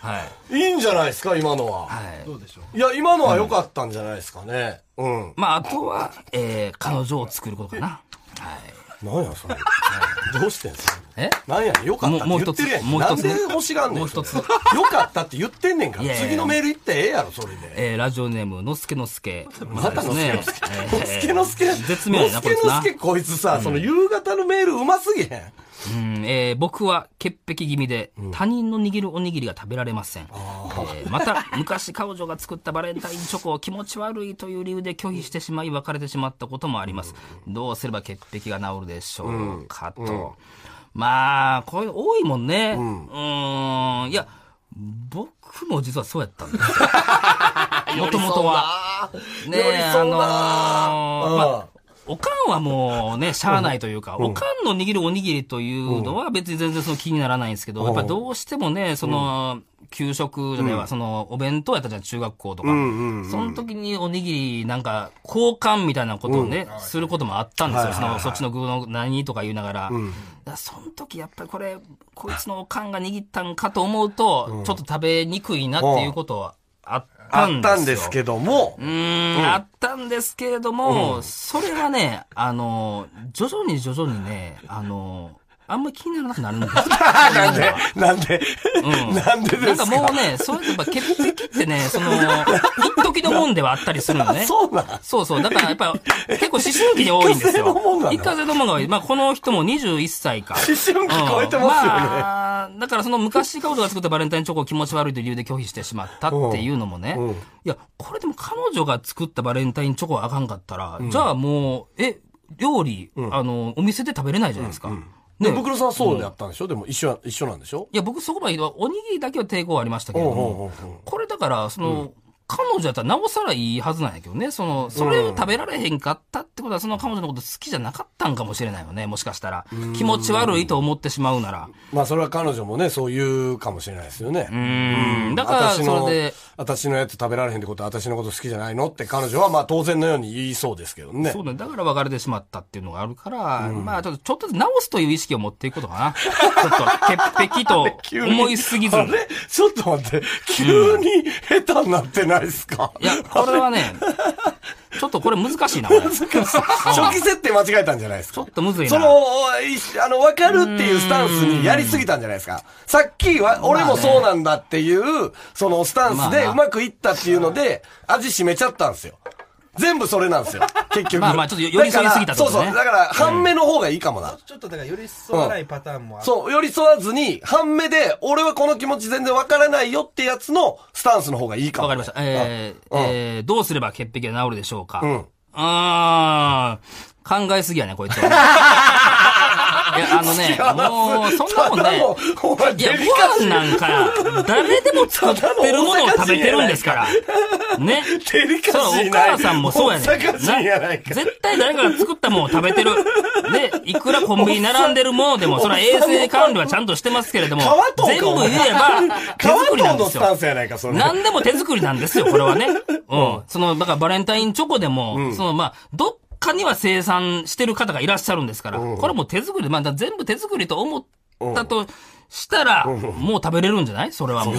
はい。
いいんじゃないですか、今のは。
はい。
どうでしょう
いや、今のは良かったんじゃないですかね。うん。
まあ、あとは、えー、彼女を作ることかな。はい。
なんや、それ。どうしてんすか
え
なんや、良かったって
もう
言ってるやん。
もう
なん
一つ
で欲しがんねん。
もう一つ
それ良かったって言ってんねんか
い
ら。
やいや
次のメール行ってええやろ、それで。
えー、ラジオネーム、のすけのすけ。
またのすけのすけ。
えー
のすけのすけ。
絶妙やな、
のす
こ
け
いつ
の
な
すけ、。こいつさ、その夕方のメールうますぎへん。
うんえー僕は潔癖気味で、他人の握るおにぎりが食べられません。えーまた、昔彼女が作ったバレンタインチョコを気持ち悪いという理由で拒否してしまい、別れてしまったこともあります。どうすれば潔癖が治るでしょうかと。まあ、こういうの多いもんね。うん、ーん。いや、僕も実はそうやった んですよ。もともとは。ね
寄り
え、あ
添う
のー
な
ま
うん
あ、おかんはもうね、しゃあないというか、おかんの握るおにぎりというのは別に全然その気にならないんですけど、やっぱどうしてもね、その、給食じゃないわ、その、お弁当やったじゃん、中学校とか。その時におにぎり、なんか、交換みたいなことをね、することもあったんですよ。その、そっちの具の何とか言いながら。だからその時やっぱりこれ、こいつのおかんが握ったんかと思うと、ちょっと食べにくいなっていうことはあった
あ
んです
っ
よ。
たんですけども
う、ーん、あったんですけれども、それがね、あの、徐々に徐々にね、あの、あんまり気にならなくなるんですよ。
なんで、なんで、なんで
な
で
ん
すか
かもうね、そういうやっぱ潔癖ってね、その、一時のもんではあったりするのね。
そうなん
そうそう。だからやっ ぱ、結構思春期に多いんですよ。
一過性のもんなの
一過性のもんが多い。まあこの人も21歳か。
思春期超えてま
うん
すよね。
まあ、だからその昔彼女が作ったバレンタインチョコを気持ち悪いという理由で拒否してしまったっていうのもね、いや、これでも彼女が作ったバレンタインチョコはあかんかったら、じゃあもう、え、料理、あの、お店で食べれないじゃないですか。ね
ブクロさんはそうでやったんでしょ、でも一緒、一緒なんでしょ
いや、僕そこまで言うとおにぎりだけは抵抗はありましたけれど
おうおうおうお
も
う、
これだから、その、彼女やったらなおさらいいはずなんやけどね、その、それを食べられへんかったってことは、その彼女のこと好きじゃなかったんかもしれないよね、もしかしたら。気持ち悪いと思ってしまうなら。
まあそれは彼女もね、そう言うかもしれないですよね。
うん。だから、
私の
それで、
私のやつ食べられへんってことは私のこと好きじゃないのって彼女はまあ当然のように言いそうですけどね
そう。ね、だから別れてしまったっていうのがあるから、まあちょっと、ちょっとずつ直すという意識を持っていくことかな。 ちょっと、潔癖と
急に
思いすぎず
あ
に。
れちょっと待って、急に下手になってないですか、
いや、これはね、ちょっとこれ難しいな、これち
初期設定間違えたんじゃないです
ょ
か
っとむずいな。
その、おいあの、わかるっていうスタンスにやりすぎたんじゃないですか。さっきは、俺もそうなんだっていう、そのスタンス
まあ
で
な
うまくいったっていうので、味しめちゃったんですよ。全部それなんで すよ。結局。
まあまあちょっと寄り添いすぎたって
だ
こ
か
と
らそう
ね
そう。だから、半目の方がいいかもな。
ちょっとだから寄り添わないパターンもあって、
そう、寄り添わずに、半目で、俺はこの気持ち全然わからないよってやつのスタンスの方がいいかも。
わかりました。えー
うん
えーどうすれば潔癖が治るでしょうか。
ん
あー、考えすぎやね、こい つは。いや、あのね、もう、そんなもん ね。
お前、
い
デ
や、
リカ
ご飯なんか、誰でも作ってるものを食べてるんですから。ね。
シー、デリカ
そう、
シ
お
ーない。
母さんもそうやねん。
大阪人やないか。
絶対誰かが作ったものを食べてる。 で、いくらコンビニ並んでるものでも、それは衛生管理はちゃんとしてますけれども
川、藤
全
か
部
お
言
前
えば、手
川
作りなん
藤
で
の
す
ス
よ
タ。ンスやないか、それ。
何でも手作りなんですよ、これ はね。うん。その、だからバレンタインチョコでも、その、まあ、どっかには生産してる方がいらっしゃるんですから、これはもう手作りで、まあ、だから全部手作りと思ったとしたら、もう食べれるんじゃないそれはもう。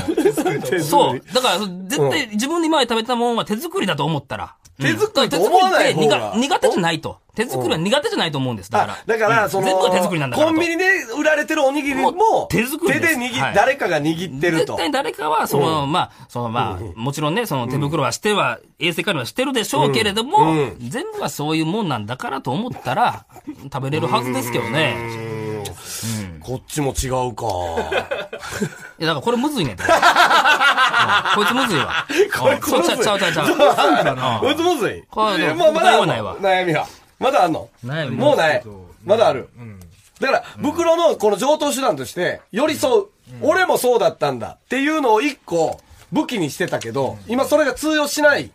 そう。だから、絶対自分で今まで食べたものは手作りだと思ったら。
手作りと
うん
思わない方が
手作りって苦苦手じゃないと。手作りは苦手じゃないと思うんです。だから
あ。だから、
うん
その、
全部が手作りなんだから
コ
と。
ンビニで売られてるおにぎりも
う、手作りです
手で握、
はい
誰かが握ってる
絶
と。
対誰かは、その、まあ、その、まあ、もちろんね、その手袋はしては、衛生管理はしてるでしょうけれども、全部はそういうもんなんだからと思った ら、食べれるはずですけどね。
こっちも違うか。
いや、だからこれむずいねん て。うんこいつむずいわ。
これ
うんそうちゃうちゃうちゃうち
そうそう
ゃう。
むずむずい。
これでも
えまあまだあ
答えは
んの
ないわ
悩みは。まだあんの
悩み
もうない。まだある。だから、袋のこの上等手段として、寄り添う。俺もそうだったんだっていうのを一個武器にしてたけど、今それが通用しないっ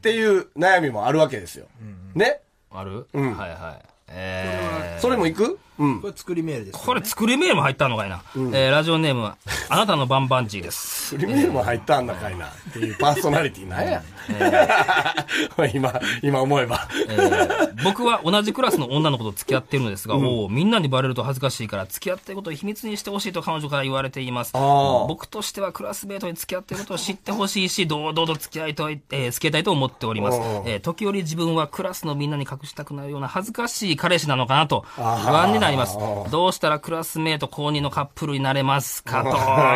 ていう悩みもあるわけですよ。ね
あるはいはい。えー
それもいくうん。
これ作りメールです、ね。
これ作りメールも入ったのかいな。えーラジオネームは、あなたのバンバンジーです。
スリムネーム入ったんだかいなっていうパーソナリティなんや。 今、今思えば。
えー僕は同じクラスの女の子と付き合っているのですが、おうみんなにバレると恥ずかしいから、付き合っていることを秘密にしてほしいと彼女から言われています。
あー
僕としてはクラスメートに付き合っていることを知ってほしいし、堂々と付き合いとい、えー付き合いたいと思っております。えー時折自分はクラスのみんなに隠したくなるような恥ずかしい彼氏なのかなと、不
あー
安になります。どうしたらクラスメート公認のカップルになれますかと。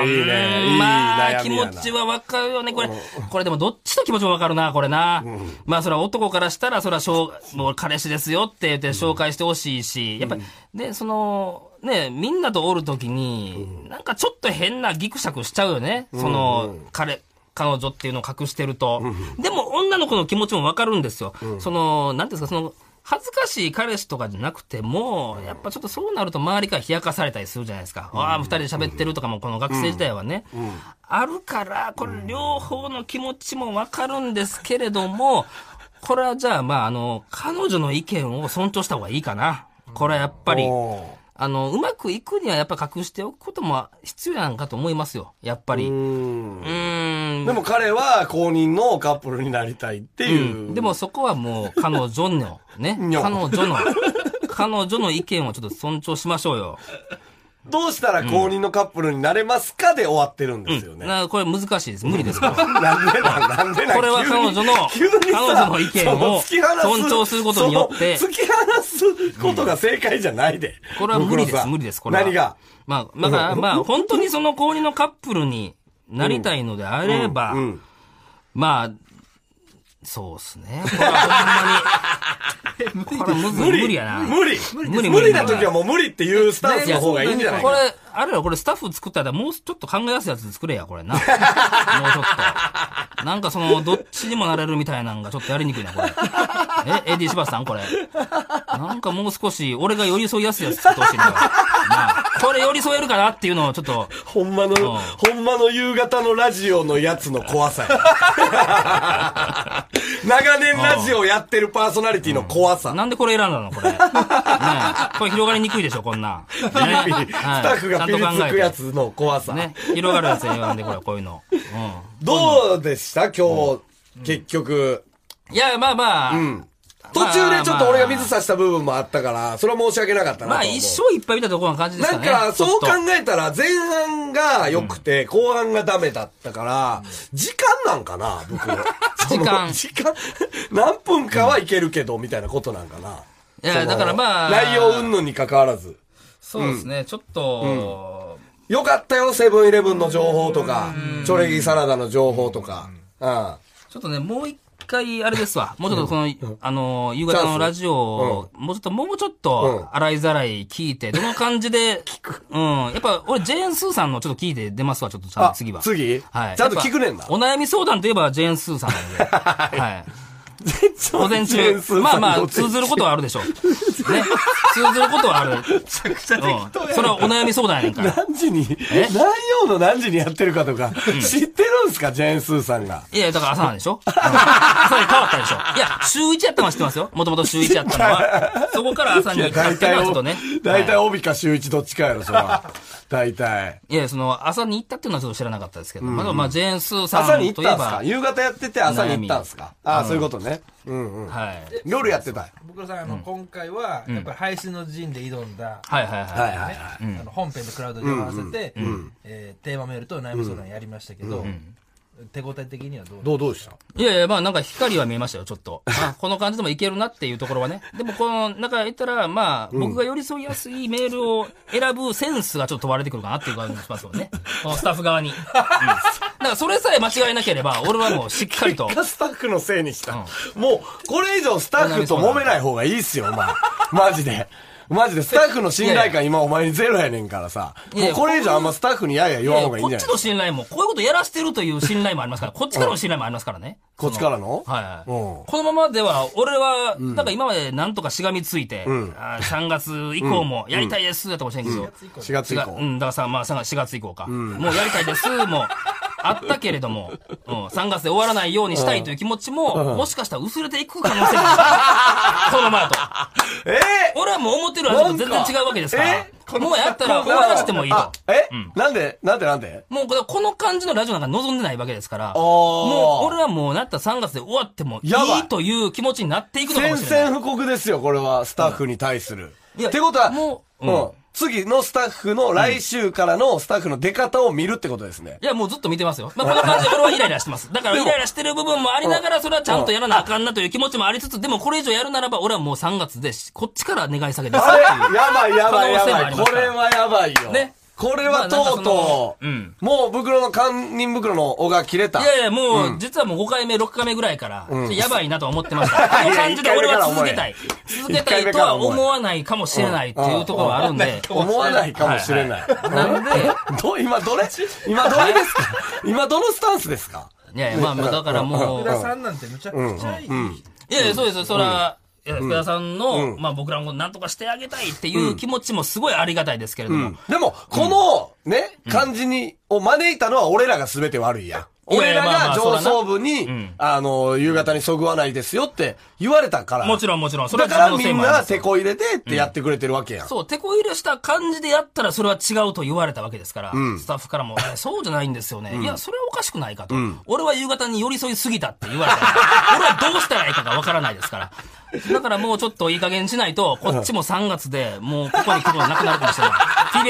いいね
うんまあ
いい悩
気
みや
持
な
ちはわかるよね。これ、これでもどっちの気持ちもわかるな、これな。まあそれは男からしたら、それはしょう、もう彼氏ですよって言って紹介してほしいし、やっぱり、ね、その、ね、みんなとおるときに、なんかちょっと変なギクシャクしちゃうよね。その、彼、彼女っていうのを隠してると。でも女の子の気持ちもわかるんですよ。その、なんていうんですか、その、恥ずかしい彼氏とかじゃなくても、やっぱちょっとそうなると周りから冷やかされたりするじゃないですか。ああ、二人で喋ってるとかも、この学生時代はね。あるから、これ両方の気持ちもわかるんですけれども、これはじゃあ、まあ、あの、彼女の意見を尊重した方がいいかな。これはやっぱり。
おー
あの、うまくいくにはやっぱ隠しておくことも必要なんかと思いますよ。やっぱり。うーん。
でも彼は公認のカップルになりたいっていう。
でもそこはもう彼女の、 ね。
にょ
彼女の、彼女の意見をちょっと尊重しましょうよ。
どうしたら公認のカップルになれますかで終わってるんですよね。
なこれ難しいです。無理です。これ
なんでなん、なんでなん。
これは
急
彼
に
女の
急にさ
彼女の意見を
その突き放
尊重することによって
その突き放すことが正解じゃないで。
これは無理で
ブクロ
す。
さん
無理です。これは。
何が
まあ、だ から、まあ、本当にその高2のカップルになりたいのであれば、
うん。
まあ、そうっす ね。これはほんまに。これはむず無理やな。
無理
無理
無理な時はもう無理っていうスタンスの方がいいんじゃない
こ
か
れ
な。、
あれや、これスタッフ作ったらもうちょっと考えやすいやつ作れや、これ な。もうちょっと。なんかその、どっちにもなれるみたいなのがちょっとやりにくいな、これ。え、AD 柴田さんこれ。なんかもう少し、俺が寄り添いやすいやつ作ってほしいな。まあ、これ寄り添えるかなっていうのをちょっと、
ほんまの、ほんまの夕方のラジオのやつの怖さや。 長年ラジオやってるパーソナリティの怖さ。
なんでこれ選んだのこれ。ねえこれ広がりにくいでしょ、こんなん。ねえ
ピリ
は
ピ
い
リスタッフがピリつくやつの怖さ。
ね。広がるやつ選んで、これ、こういうの。う
どうでした今日、結局。
ん。いや、まあまあ。
途中でちょっ
まあま
と
あ
俺が水差した部分もあったから、それは申し訳なかったなと
まあ、
思う
一生いっぱい見たところの感じですか
なん
ね。
か、
ちょっ
そう
と
考えたら、前半が良くて、後半がダメだったから、時間なんかな、 僕。
時間
その時間、何分かはいけるけど、みたいなことなんかな。
いや
その
だからまあ
内容云々に関わらず。
そうですね、ちょっと、
よかったよ、セブンイレブンの情報とか、チョレギサラダの情報とか。うん。
ちょっとね、もう一回、あれですわ。もうちょっとこの、あの、夕方
チャンス
のラジオを、もうちょっと、もうちょっと、洗いざらい聞いて、どの感じで、うん。やっぱ、俺、ジェーン・スーさんのちょっと聞いて出ますわ、ちょっとちゃんと次は。
あ次
はい。
ちゃんと聞くねんな
やっぱお悩み相談といえば、ジェーン・スーさんなんで。 はい。午前
ジェー
中
ン スーさん。
まあま
午
あ、
前中
通ずることはあるでしょう。ね。通ずること はある。めちゃくちゃうん。それはお悩み相談やねんから。
何時に、
え
何曜の何時にやってるかとか、知ってるんすか、ジェーン・スーさんが。
いや、だから朝なんでしょ、うん、朝に変わったでしょいや、週1やったのは知ってますよ。もともと週1やったのは。そこから朝
い
に
や、
変わ
大
った
体
のはちょっ
お、
とね。
大体
は
帯か周一どっちかやろ、そ れは。大体。
い、いや、その、朝に行ったっていうのはちょっと知らなかったですけど。まあでも、まあ、ジェーン・スーさん
朝
とい
に
え
行ったんす
ば
か。夕方やってて朝に行ったんすかああ、そういうことね。うんうん。
はい。
夜やってた。はい
僕らさんあの、今回はやっぱり配信の陣で挑んだ、
はいはいはい。
はいはい。
あの本編とクラウドで合わせて、えーテーマメールと悩み相談やりましたけど、手応え的にはどう
どう、どうでした
いやいや、まあなんか光は見えましたよ、ちょっと。あ、この感じでもいけるなっていうところはね。でもこの、なんか言ったら、まあ、僕が寄り添いやすいメールを選ぶセンスがちょっと問われてくるかなっていう感じがしますよね。このスタッフ側に。うん。だからそれさえ間違えなければ、俺はもうしっかりと。
スタッフのせいにした。もう、これ以上スタッフと揉めない方がいいっすよ、お 前。マジで。マジで、スタッフの信頼
いや
感今お前にゼロやねんからさ。
いや
もうこれ以上あんまスタッフにやいや言わん方がいいん
こ
じ
っ
ゃな
ち
い
の信頼も、こういうことやらしてるという信頼もありますから、こっちからの信頼もありますからね。
こっちからの
はいはい、
うん
このままでは、俺は、なんか今までなんとかしがみついて、あー3月以降もやりたいです、やったかもしれんけど、
4月以
違うう
降。
ん、だからさ、まあ、3月4月以降か。もうやりたいです、もあったけれども、うん、3月で終わらないようにしたいという気持ちも、もしかしたら薄れていく可能性もあ る。このままだと。
ええ
俺はもう思ってる味と全然違うわけですから
え、
もうやったら終わらしてもいいと
あ。え、なんで、なんでなんで
もうこれこの感じのラジオなんか望んでないわけですから、
ー
もう俺はもうなったら3月で終わってもいい
やばい
という気持ちになっていくのかも
宣
しれない。
戦布告ですよ、これは、スタッフに対する。
うんいや
ってことは、
もうう
う
ん
ん次のスタッフの、来週からのスタッフの出方を見るってことですね。
いや、もうずっと見てますよ。まあ、この感じで俺はイライラしてます。だからイライラしてる部分もありながら、それはちゃんとやらなあかんなという気持ちもありつつ、でもこれ以上やるならば、俺はもう3月でし、こっちから願い下げです。
あれやばいやばいや
可能性もあ
ば
りま
い。
す
こ
から
れはやばいよ。
ね。
これはとうとう、
まあなんか
もう袋の、堪忍袋の尾が切れた。
いやいや、もう、実はもう5回目、6回目ぐらいから、ちょっとやばいなとは思ってました。あの感じで俺は続けたい。続けたいとは思わないかもしれないっていうところはあるんで。
思わないかもしれない。
なんで、
ど、今どれ今どれですか今どのスタンスですか
いやいや、まあまあ、だからも
福
う、
田さんなんてむちゃくちゃいい。
いやいや、そうですよ。そら、いや福田さんの、まあ僕らもなんとかしてあげたいっていう気持ちもすごいありがたいですけれども。
でも、この、ね、感じに、を招いたのは俺らが全て悪いやん。
いや
俺
いや
ら
まあま
が
あ
上層部
そらなう
に
ん、
あの、夕方にそぐわないですよって言われたから。
もちろんもちろん。それ
だ
は
から
自
み
分
ん
のせいもあ
な
ります
手こ入れてってやってくれてるわけやん。
そう、手こ入れした感じでやったらそれは違うと言われたわけですから、スタッフから も、えそうじゃないんですよね。いや、それはおかしくないかと。俺は夕方に寄り添いすぎたって言わ れたら、俺はどうしたらいいかがわからないですから。だからもうちょっといい加減にしないと、こっちも3月でもうここに来るのなくなるかもしれない。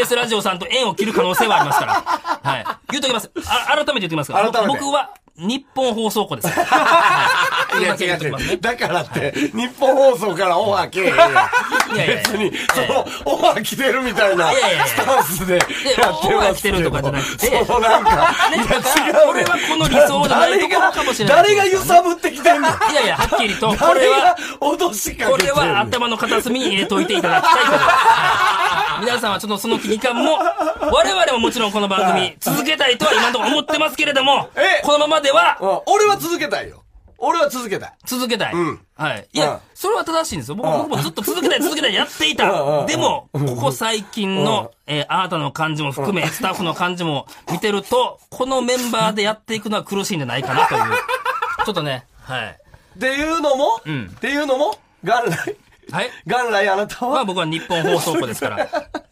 TBS ラジオさんと縁を切る可能性はありますから。はい。言うときます。あ改めて言うときますが、
改めて
僕は日本放送庫 です。はい。
いや
それだ
違う
け言うときます
違う。
ね。
だからって、日本放送からオファー来えへん や
い
ん。
やいやいや
別に、その、オファー来てるみたいない
やいやいや
スタンスでやって
オファ
ま
ー
す
来
け
て
ど。
るとかじゃなくて
そのなんか、
ね
い
だから
や違うね
俺はこの理想じゃないところかもしれない
誰が誰が揺さぶってきてんの
いやいや、はっきりと、これ
誰
は
が、脅しか
こ
けて
れ
んの
は頭の片隅に入れといていただきたいと思います。 はい皆さんはちょっとその危機感も、我々ももちろんこの番組続けたいとは今のところ思ってますけれども
え、
このままでは
うん俺は続けたいよ。俺は続けたい。
続けたい。はい。いうや
ん、
それは正しいんですよ。僕僕もずっと続けたい、続けたい、やっていた。でも、ここ最近の、えーあなたの感じも含め、スタッフの感じも見てると、このメンバーでやっていくのは苦しいんじゃないかな という。ちょっとね、はい。
っていうのも、
ん
っていうのも、元来、
はい。
元来あなた
まあ
は、
僕は日本放送庫です から。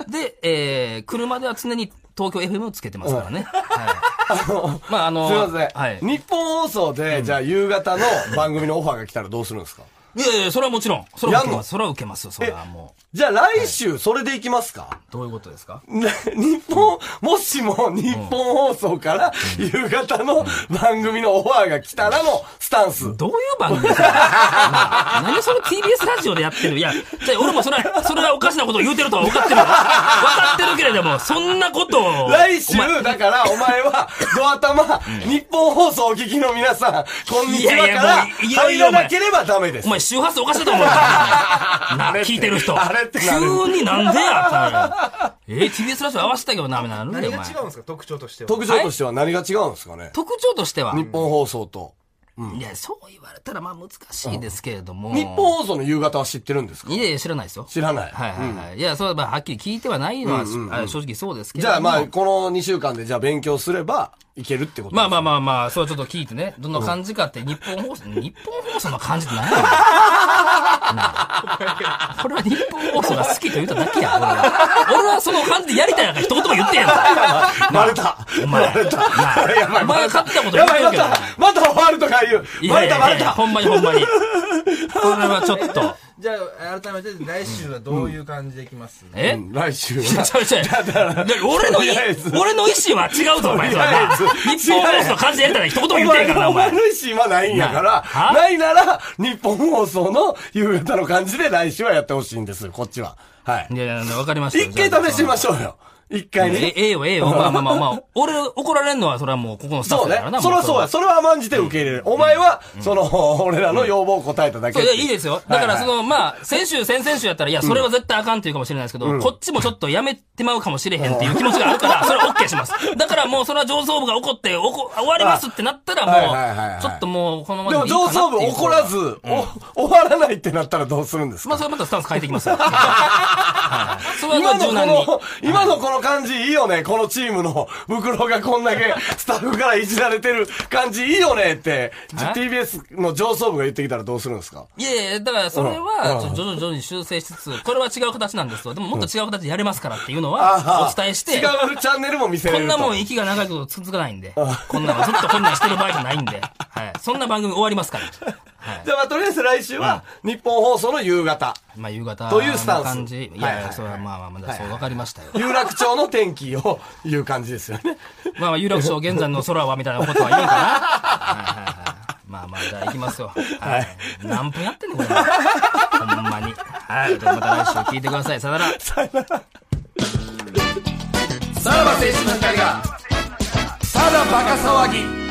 で、えー、車では常に東京 FM をつけてますからね。はい。まああの、
すいません、
はい。
日本放送で、じゃあ夕 方の番組のオファーが来たらどうするんですか
いやいや、それはもちろん。それは受
やん
け
の
ます。それは受けますよ。それはも
じゃあ来週、それでいきますか、
う。どういうことですか
ね 日本、もしも日本放送から夕方の番組のオファーが来たらのスタンス。
どういう番組ですか なあ何その TBS ラジオでやってるいや、じゃあ俺もそれは、それはおかしなことを言うてるとは分かってるよ。分かってるけれども、そんなことを。お
来
前
週、だから、お前 は、ドア玉、日本放送をお聞きの皆さん、こんにちはい
やい
か
や
ら、
もういよ
入
いよ
らなければダメです
お。前周波数おかしいと思うよな、聞いてる人
あれっ。てなる
急になんでやったんやえー、TBS ラジオ合わせたけどな、みたいなのある
何
んだよお
が
前
違うんですか特徴としては。
特徴としては何が違うんですかね
特徴としては、
日本放送と。
いや、そう言われたらまあ難しいですけれども。
日本放送の夕方は知ってるんですか
いやいや、知らないですよ。
知らない。
はいはいはい。いや、それはまあはっきり聞いてはないのは、あ正直そうですけれ
じ
ども。
ゃあまあ、この2週間でじゃあ勉強すれば、いけるってこと
まあまあ
あ。
まあまあ、それはちょっと聞いてね、どんな感じかって、日本放送、日本放送の感じって何や ねんなあこれは日本放送が好きと言っただけや、俺は。俺はその感じでやりたいなんか一言も言ってんやん か。
バレた
お前、なあ
やばい、
お前が勝ったこと言
や
って
ばい、
る
ま
けどな
た、また終わるとか言。
いうや
バレ
いや
た、
い
バ
や
レた。
ほんまにほんまに。これはちょっと。
じゃあ、改めて来週はどういう感じでいきます
え、
うん来週
いや
は。
ちゃうちゃうだから俺のい
とりあえず
俺の意思は違うぞ、お前。それはな
とりあえず
日本放送の感じでやりたいなんか一言も言ってんやんかな、
お
お前
前。の意思今ないんやから
は、
ないなら、日本放送の夕方の感じで来週はやってほしいんですよ、こっちは。はい
い。やいやいや、わかりましたよ。
一回試してみましょうよ。一回
え
ね。
ええよ、ええよ。まあまあまあま あ。俺、怒られんのは、それはもう、ここのスタッ
そう
フだ
ね
からな。。
それ
も
はそうや。
そ
それは甘んじて受け入れる。お前は、その、 俺らの要望を答えただけ。
ういや、いいですよ。だから、
はい
そ
はい、
の、まあ、先週、先々週やったら、いや、それは絶対あかんっていうかもしれないですけど、こっちもちょっとやめてまうかもしれへんっていう気持ちがある から、それは OK します。だからもう、それは上層部が怒って、おこ、終わりますってなったら、
はいはいはいは
も、
いう
ちょっともう、このま
で
ま
も
いいかな
上
っていう
層部怒らず、お 終わらないってなったらどうするんです
まあ、
か
それはまたスタンス変えていき ますよ。はいそれは
今
まあ柔軟
の
に
この。、今のこの感じいいよね。このチームの 袋がこんだ けスタッフからいじられてる感じいいよねって、
え
TBS の上層部が言ってきたらどうするんですか
いやいや、だからそれ
うん
は、ちょ徐々に徐々に修正しつつ、これは違う形なんですよ。でももっと違う形でやれますからっていうのは、お伝えして、
違うチャンネルも見せれ
こ
る
ん
と
なもん息が長いこと続かないんで、こんなのずっとこんなんしてる場合じゃないんで、はい。そんな番組終わりますから。はい。
じゃあまあとりあえず来週は、日本放送の夕方。
まあ夕方
というスタン
の
ス
感じ。い
はい
や
はい
い
はい
や、それはまあまあまだそうわかりましたよ。
有楽町の天気を言う感じですよね。
まあまあ有楽町現在の空はみたいなことは言うかな。 はいはいはい。まあまあじゃあ行きますよ。はい。何分やってんのこれ。ほんまに。はい。じゃあまた来週聞いてください。さよなら。
さよなら。さらば青春の光が、ただバカ騒ぎ。